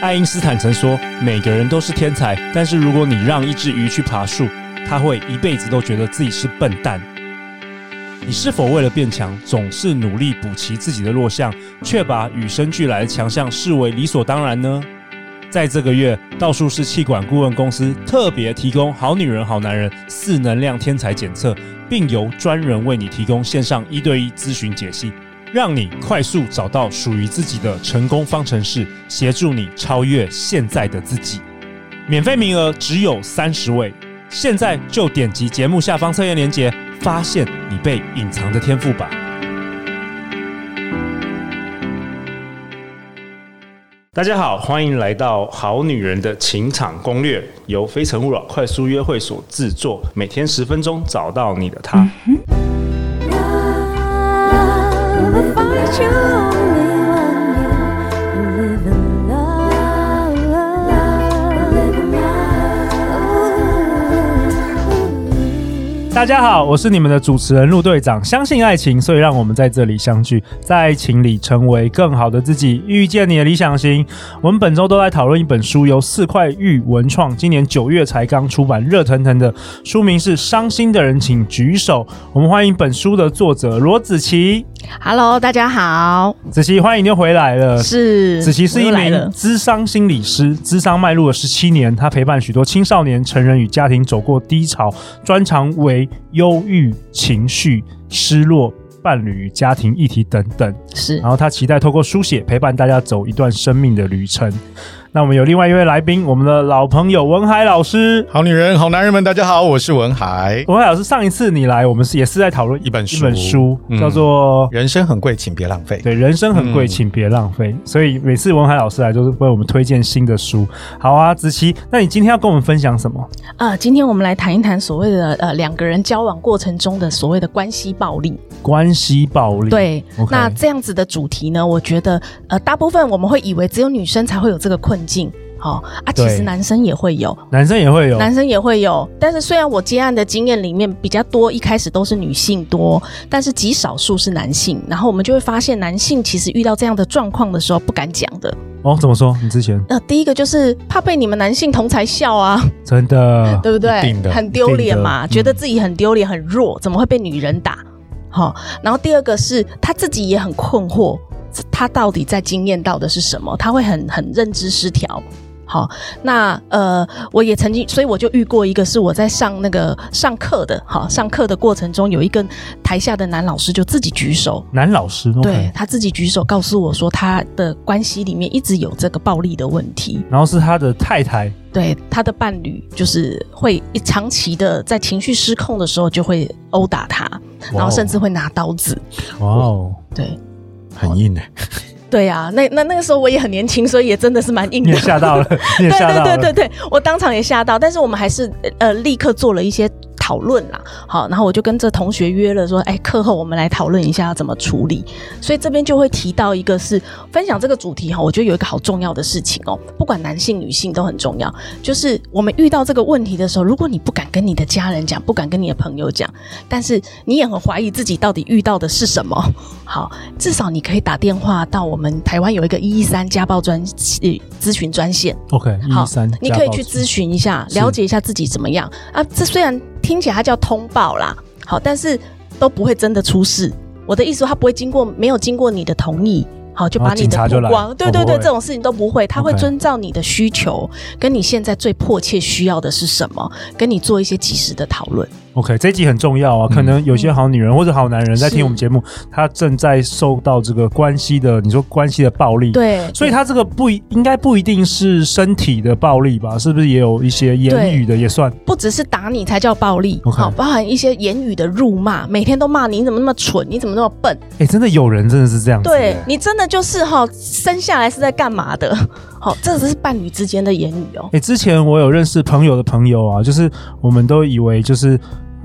爱因斯坦曾说：“每个人都是天才，但是如果你让一只鱼去爬树，它会一辈子都觉得自己是笨蛋。”你是否为了变强，总是努力补齐自己的弱项，却把与生俱来的强项视为理所当然呢？在这个月，道术士气管顾问公司特别提供“好女人、好男人”四能量天才检测，并由专人为你提供线上一对一咨询解析，让你快速找到属于自己的成功方程式，协助你超越现在的自己。免费名额只有三十位，现在就点击节目下方测验链接，发现你被隐藏的天赋吧！大家好，欢迎来到《好女人的情场攻略》，由非诚勿扰快速约会所制作，每天十分钟，找到你的他。 Love, if I you only one you live in love, love, live in love. 大家好，我是你们的主持人陆队长。相信爱情，所以让我们在这里相聚，在爱情里成为更好的自己，遇见你的理想型。我们本周都在讨论一本书，由四块玉文创今年九月才刚出版，热腾腾的书名是《伤心的人请举手》。我们欢迎本书的作者罗子琪。 Hello，大家好，子琪，欢迎你又回来了。是呃子琪是一我又来名了，资商心理师，资商迈入了十七年，他陪伴许多青少年、成人与家庭走过低潮，专长为忧郁、情绪、失落、伴侣与家庭议题等等。是然后他期待透过书写陪伴大家走一段生命的旅程。那我们有另外一位来宾，我们的老朋友文海老师。好女人，好男人们，大家好，我是文海。文海老师，上一次你来，我们是也是在讨论一本书一本书，嗯叫做人生很贵，请别浪费。对，人生很贵，嗯请别浪费。所以每次文海老师来，就是为我们推荐新的书。好啊，子琪，那你今天要跟我们分享什么？呃，今天我们来谈一谈所谓的呃两个人交往过程中的所谓的关系暴力。关系暴力。，对嗯 OK 那这样子的主题呢，我觉得呃大部分我们会以为只有女生才会有这个困境，好、啊，其对实男生也会有，男生也会有。男生也会有。但是虽然我接案的经验里面比较多，一开始都是女性多，但是极少数是男性。然后我们就会发现，男性其实遇到这样的状况的时候不敢讲的。哦，怎么说？你之前呃，第一个就是怕被你们男性同才笑啊。真的对不对？一定的很丢脸嘛，一定的嗯觉得自己很丢脸、很弱，怎么会被女人打？好、然后第二个是他自己也很困惑，他到底在经验到的是什么？他会很很认知失调。好，那呃，我也曾经，所以我就遇过一个，是我在上那个上课的，好，上课的过程中，有一个台下的男老师就自己举手，男老师，OK 对他自己举手告诉我说，他的关系里面一直有这个暴力的问题，然后是他的太太，对他的伴侣，就是会一长期的在情绪失控的时候就会殴打他，然后甚至会拿刀子。哇哦，对很硬哎、对啊，那那那个时候我也很年轻，所以也真的是蛮 硬你的也。吓 到了，你 也对吓到对了，对对对，我当场也吓到，但是我们还是呃立刻做了一些讨论啦。好，然后我就跟这同学约了说，哎，课后我们来讨论一下要怎么处理。所以这边就会提到一个是分享这个主题哈，我觉得有一个好重要的事情哦，不管男性女性都很重要，就是我们遇到这个问题的时候，如果你不敢跟你的家人讲，不敢跟你的朋友讲，但是你也很怀疑自己到底遇到的是什么，好，至少你可以打电话到我们台湾有一个一一三家暴专呃咨询专线。 ，OK，一好三，你可以去咨询一下，是了解一下自己怎么样啊。这虽然听起来它叫通报啦，好，但是都不会真的出事。我的意思说，它不会经过没有经过你的同意，好就然后把你警察的就曝来光，对哦对不对，会这种事情都不会，他会 OK 遵照你的需求，跟你现在最迫切需要的是什么，跟你做一些及时的讨论。 OK，这一集很重要啊，可能有些好女人或者好男人在听是我们节目，他正在受到这个关系的，你说关系的暴力，对，所以他这个不一应该不一定是身体的暴力吧？是不是也有一些言语的也算？不只是打你才叫暴力， OK 好，包含一些言语的辱骂，每天都骂你，你怎么那么蠢，你怎么那么笨，哎、真的有人真的是这样子。对你真的就是哈、生下来是在干 嘛的？好、这只是伴侣之间的言语哦。哎、之前我有认识朋友的朋友啊，就是我们都以为就是，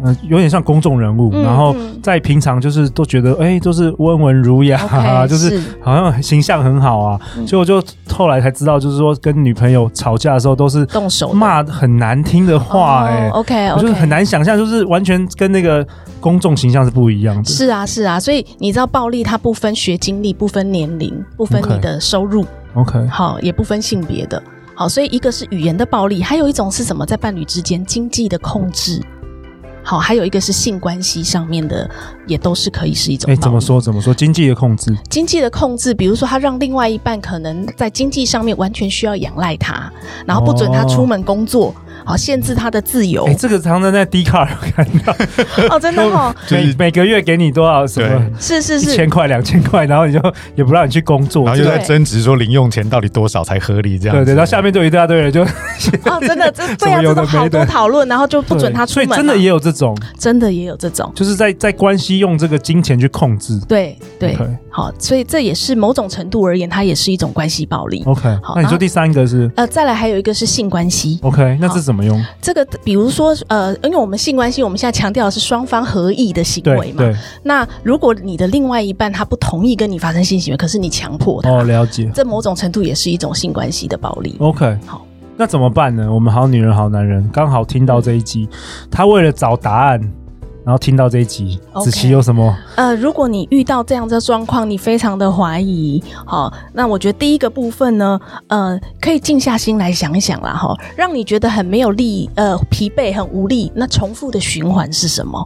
嗯、有点像公众人物，嗯然后嗯在平常就是都觉得，哎、都是温文儒雅、啊 OK，就是是嗯好像形象很好啊。结果就后来才知道，就是说跟女朋友吵架的时候都是动手的哦骂很难听的话、哎、 o k 我 OK，就是很。难想象，就是完全跟那个公众形象是不一样的。是啊，是啊，所以你知道暴力它不分学经历、不分年龄、不分嗯 OK 你的收入 OK，好，也不分性别的。好，所以一个是语言的暴力，还有一种是什么？在伴侣之间经济的控制。好，还有一个是性关系上面的，也都是可以是一种哎、暴力。怎么说怎么说？经济的控制，经济的控制，比如说他让另外一半可能在经济上面完全需要仰赖他，然后不准他出门工作，好、限制他的自由哦哦哎、。这个常常在 D 卡 看到，哦，真的哈、哦，就是每每个月给你多少什么对是是一是千，块、两千块，然后你就 也不让你去工作，然后就这在对争执说零用钱到底多少才合理这样对子。对，然后下面就有一大堆人就 哦，真的这什对么啊，有的这都好没的多讨论，然后就不准他出对门啊、所以真的也有这种，真的也有这种。就是在在关系用这个金钱去控制。对对 OK 好，所以这也是某种程度而言，它也是一种关系暴力。 OK，好那你然后说第三个是呃，再来还有一个是性关系， OK，那是怎么用？这个比如说呃，因为我们性关系，我们现在强调的是双方合意的行对为嘛。对，那如果你的另外一半他不同意跟你发生性行为，可是你强迫他，哦，了解。这某种程度也是一种性关系的暴力。 OK，好，那怎么办呢？我们好女人好男人刚好听到这一集，他为了找答案，然后听到这一集， OK 子琪有什么？呃，如果你遇到这样的状况，你非常的怀疑，好、那我觉得第一个部分呢，呃，可以静下心来想一想啦，哈、让你觉得很没有力，呃，疲惫，很无力，那重复的循环是什么？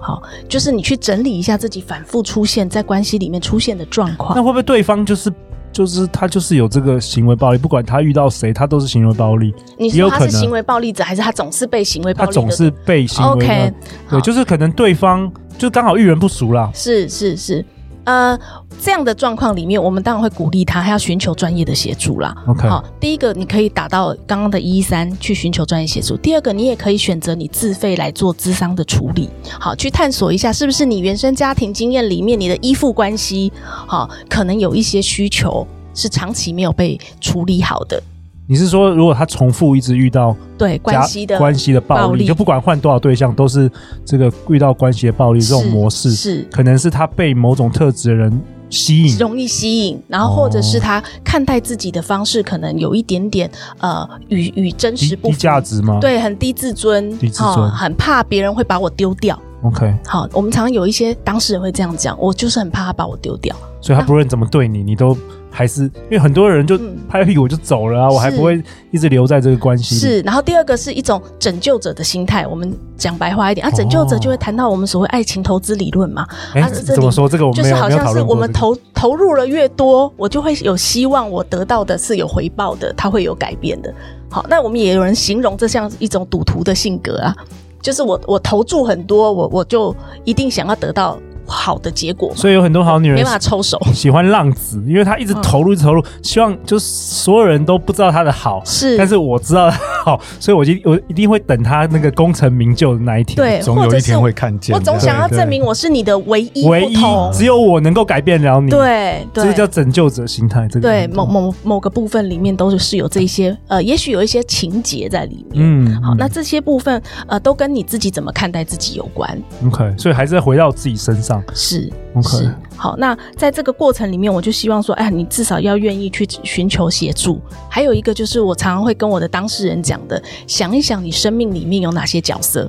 好，就是你去整理一下自己反复出现在关系里面出现的状况那。会不会对方就是就是他就是有这个行为暴力，不管他遇到谁，他都是行为暴力，你也有说他可是能行为暴力者，还是他总是被行为他暴力的？总是被行为 OK，对，好就是可能对方就刚好遇人不淑啦。是是是，呃，这样的状况里面，我们当然会鼓励他，他要寻求专业的协助啦。 OK 好，第一个你可以打到刚刚的一三去寻求专业协助，第二个你也可以选择你自费来做咨商的处理，好，去探索一下是不是你原生家庭经验里面你的依附关系，好，可能有一些需求是长期没有被处理好的，你是说，如果他重复一直遇到对家关系的关系的暴暴力，力就不管换多少对象，都是这个遇到关系的暴力这种模式，是可能是他被某种特质的人吸引，容易吸引，然后或者是他看待自己的方式可能有一点点呃与与真低实不低符价值吗？对，很低自尊，哦低自尊哦很怕别人会把我丢掉。 ，OK，好，我们常常有一些当事人会这样讲，我就是很怕他把我丢掉。所以他不论怎么对你，你都还是因为很多人就嗯拍屁股就走了啊，我还是不会一直留在这个关系里。是，然后第二个是一种拯救者的心态。我们讲白话一哦点啊，拯救者就会谈到我们所谓爱情投资理论嘛，哎、啊这这怎么说？这个我就没是有好没有像讨是论我过们这个。投投入了越多，我就会有希望我得到的是有回报的，它会有改变的。好，那我们也有人形容这像一种赌徒的性格啊，就是我我投注很多，我我就一定想要得到好的结果嘛，所以有很多好女没人办法嗯抽手。喜欢浪子，因为她一直投入，一直投入，希望就是所有人都不知道她的好，是，但是我知道她好，所以我就我一定会等她那个功成名就的那一天。，对，总或有者一是天会看见我这样。总想要对对证明我是你的唯一唯不一同，只有我能够改变了你。，对这个对叫拯救者心态。这个对，某某某个部分里面都是有这一些呃，也许有一些情节在里面。嗯，好，那嗯这些部分呃，都跟你自己怎么看待自己有关， OK，所以还是要回到自己身上。是 OK 是。好，那在这个过程里面，我就希望说，哎，你至少要愿意去寻求协助。还有一个就是，我常常会跟我的当事人讲的，想一想你生命里面有哪些角色。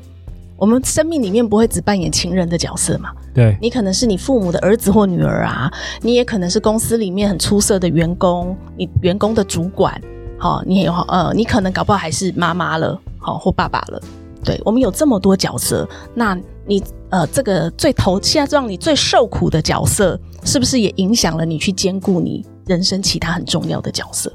我们生命里面不会只扮演情人的角色嘛？对，你可能是你父母的儿子或女儿啊，你也可能是公司里面很出色的员工，你员工的主管，好、你也有呃，你可能搞不好还是妈妈了，好、或爸爸了。对我们有这么多角色，那你呃，这个最头现在让你最受苦的角色，是不是也影响了你去兼顾你人生其他很重要的角色？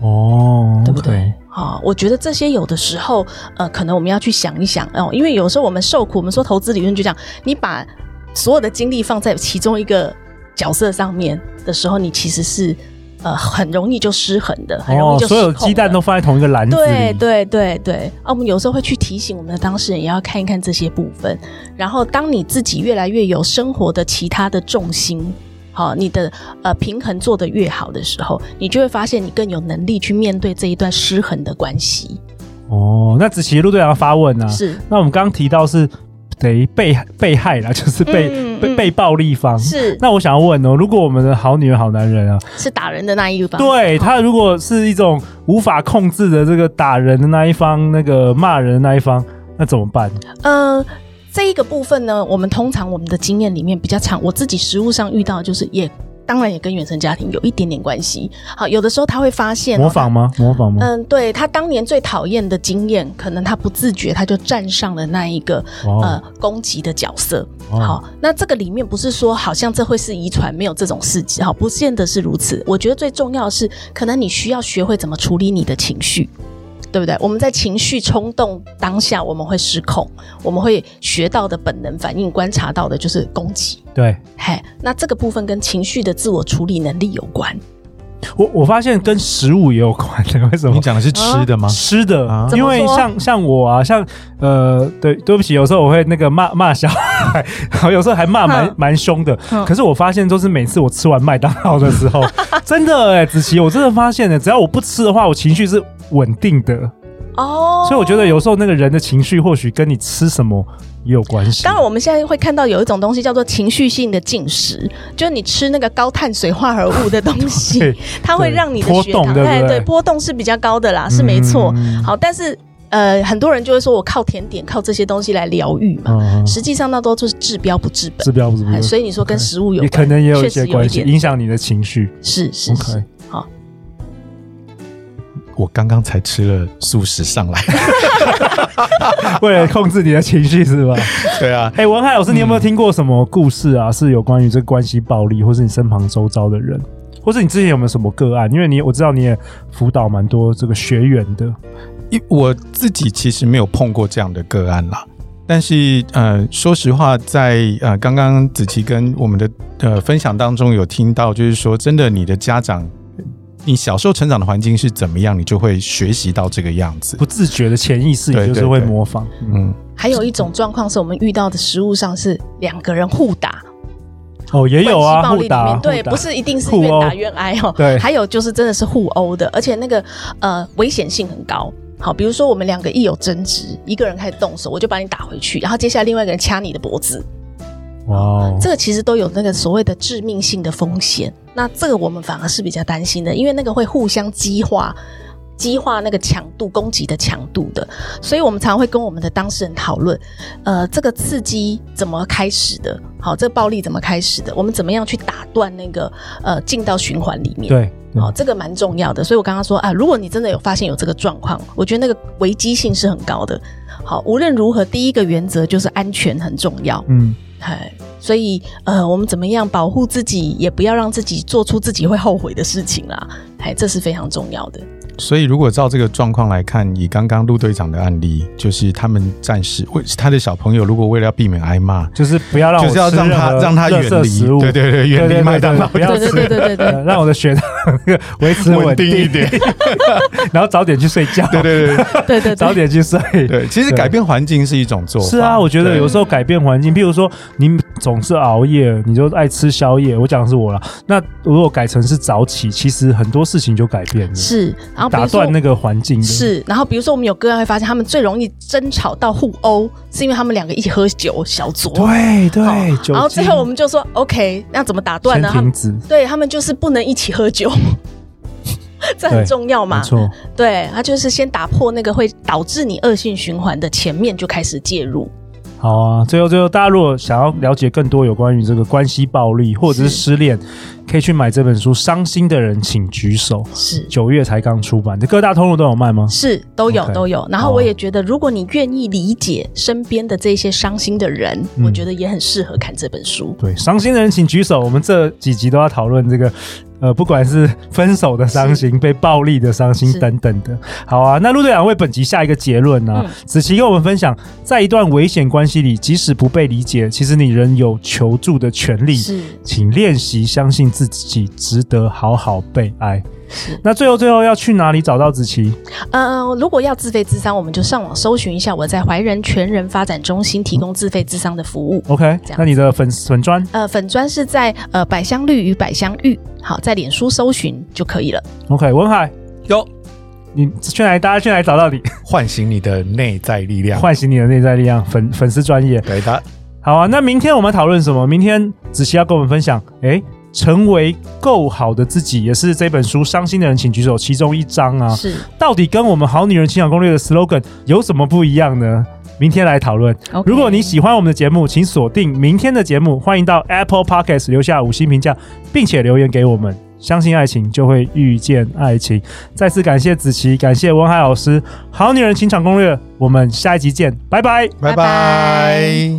哦，对不对 OK？啊、我觉得这些有的时候，呃，可能我们要去想一想哦，因为有时候我们受苦，我们说投资理论就讲，你把所有的精力放在其中一个角色上面的时候，你其实是呃很容易就失衡的，很容哦易，就失所有控的、鸡蛋都放在同一个篮子对里。对对对，啊，我们有时候会去提醒我们的当事人，也要看一看这些部分。然后，当你自己越来越有生活的其他的重心，好、你的呃平衡做得越好的时候，你就会发现你更有能力去面对这一段失衡的关系。哦，那子琪陆队长发问啊，是那我们刚刚提到是等于被被害啦，就是被、嗯被嗯被暴力方。是那我想要问哦，如果我们的好女人、好男人啊，是打人的那一 方，对啊他如果是一种无法控制的这个打人的那一方，那个骂人的那一方，那怎么办？呃。这一个部分呢，我们通常我们的经验里面比较常，我自己实物上遇到的就是也当然也跟原生家庭有一点点关系。好，有的时候他会发现哦模仿吗？模仿吗？嗯，对他当年最讨厌的经验，可能他不自觉他就站上了那一个、哇呃攻击的角色。哦好，那这个里面不是说好像这会是遗传，没有这种事迹，好，不见得是如此。我觉得最重要的是，可能你需要学会怎么处理你的情绪。对不对？我们在情绪冲动当下，我们会失控，我们会学到的本能反应、观察到的就是攻击。对嘿，那这个部分跟情绪的自我处理能力有关。我我发现跟食物也有关的，为什么你？讲的是吃的吗？吃的，啊因为怎么说像像我啊，像呃，对，对不起，有时候我会那个骂骂小孩， 然后有时候还骂蛮嗯蛮凶的。嗯可是我发现，就是每次我吃完麦当劳的 时候，真的哎、子琪，我真的发现欸呢、只要我不吃的话，我情绪是稳定的。哦，所以我觉得有时候那个人的情绪，或许跟你吃什么也有关系。当然，我们现在会看到有一种东西叫做情绪性的进食，就是你吃那个高碳水化合物的东西对， 它会让你的波血动糖对不哎对对波动是比较高的啦，是没错。嗯好，但是呃，很多人就会说我靠甜点、靠这些东西来疗愈嘛，嗯，实际上那都是治标不治本。治标不治哎本，所以你说跟食物有也关，可能也有确一实些有关一系，点影响你的情绪。是是 OK， 是，好，我刚刚才吃了素食上 来。为了控制你的情绪是吧？对啊，哎、文海老师，你有没有听过什么故事啊？是有关于这个关系暴力，或是你身旁周遭的人，或是你之前有没有什么个案？因为你我知道你也辅导蛮多这个学员的，因我自己其实没有碰过这样的个案啦。但是，呃，说实话，在呃刚刚子琪跟我们的呃分享当中，有听到就是说，真的，你的家长，你小时候成长的环境是怎么样，你就会学习到这个样子不。自觉的潜意识，也对就是对会对模仿。嗯嗯，还有一种状况是我们遇到的食物上是两个人互打，哦，也有啊，互关系暴力里打面，对，互打不是一定是互愿殴打愿挨哦，对还有就是真的是互殴的，而且那个呃危险性很高。好，比如说我们两个一有争执，一个人开始动手，我就把你打回去，然后接下来另外一个人掐你的脖子，哇哦，这个其实都有那个所谓的致命性的风险。那这个我们反而是比较担心的，因为那个会互相激化。激化那个强度攻击的强度的，所以我们常会跟我们的当事人讨论，呃，这个刺激怎么开始的？好，这个暴力怎么开始的？我们怎么样去打断那个呃进到循环里面？对，对哦，这个蛮重要的。所以我刚刚说啊，如果你真的有发现有这个状况，我觉得那个危机性是很高的。好，无论如何，第一个原则就是安全很重要。嗯，哎，所以呃，我们怎么样保护自己，也不要让自己做出自己会后悔的事情啦。哎，这是非常重要的。所以如果照这个状况来看，以刚刚陆队长的案例，就是他们暂时为他的小朋友，如果为了要避免挨骂，就是不要让我就是要吃让他任何让他垃远圾离，食物，对对对，远对对离对麦当劳对，不要对对吃对对对对呃让我的血 糖维持稳稳定一点，然后早点去睡觉，对对对对对对早对，点去睡， 对，其实对改变环境是一种做法。是啊，我觉得对有时候改变环境，譬如说你总是熬夜，你就爱吃宵夜，我讲的是我啦。那如果改成是早起，其实很多事情就改变了，是。然后比打如说断那个环境的。是，然后比如说我们有个案会发现，他们最容易争吵到互殴，是因为他们两个一起喝酒小酌。对对好，酒精然后最后我们就说，OK，那怎么打断先呢？他停们止，对他们就是不能一起喝酒。 这对很重要嘛没，错，对，他就是先打破那个会导致你恶性循环的前面就开始介入，好啊。最后最后，大家如果想要了解更多有关于这个关系暴力或者是是失恋，可以去买这本书《伤心的人请举手》，是九月才刚出版，这各大通路都有卖吗？是都有 OK 哦都有。然后我也觉得，如果你愿意理解身边的这些伤心的人，嗯我觉得也很适合看这本书。对，伤心的人请举手。我们这几集都要讨论这个，呃，不管是分手的伤心、被暴力的伤心是等等的。好啊，那陆队长为本集下一个结论呢、啊嗯子琪跟我们分享，在一段危险关系里，即使不被理解，其实你仍有求助的权利。是请练习相信自己，值得好好被爱是。那最后最后要去哪里找到子琪？呃，如果要自费咨商，我们就上网搜寻一下，我在怀仁全人发展中心提供自费咨商的服务。 OK，这样那你的粉粉砖呃，粉砖是在呃百香绿与百香玉，好，在脸书搜寻就可以了。 OK，文海，哟，你去哪里？大家去哪里找到你？ 唤醒你的内在力量。唤醒你的内在力量，粉粉丝专业。对的，好啊，那明天我们讨论什么？明天子琪要跟我们分享，诶，成为够好的自己，也是这本书《伤心的人请举手》其中一章啊。是到底跟我们《好女人情感攻略》的 slogan 有什么不一样呢？明天来讨论。 OK 如果你喜欢我们的节目，请锁定明天的节目。欢迎到 Apple Podcast 留下五星评价，并且留言给我们。相信爱情，就会遇见爱情。再次感谢子琪，感谢文海老师，《好女人情场攻略》，我们下一集见，拜拜。拜拜拜拜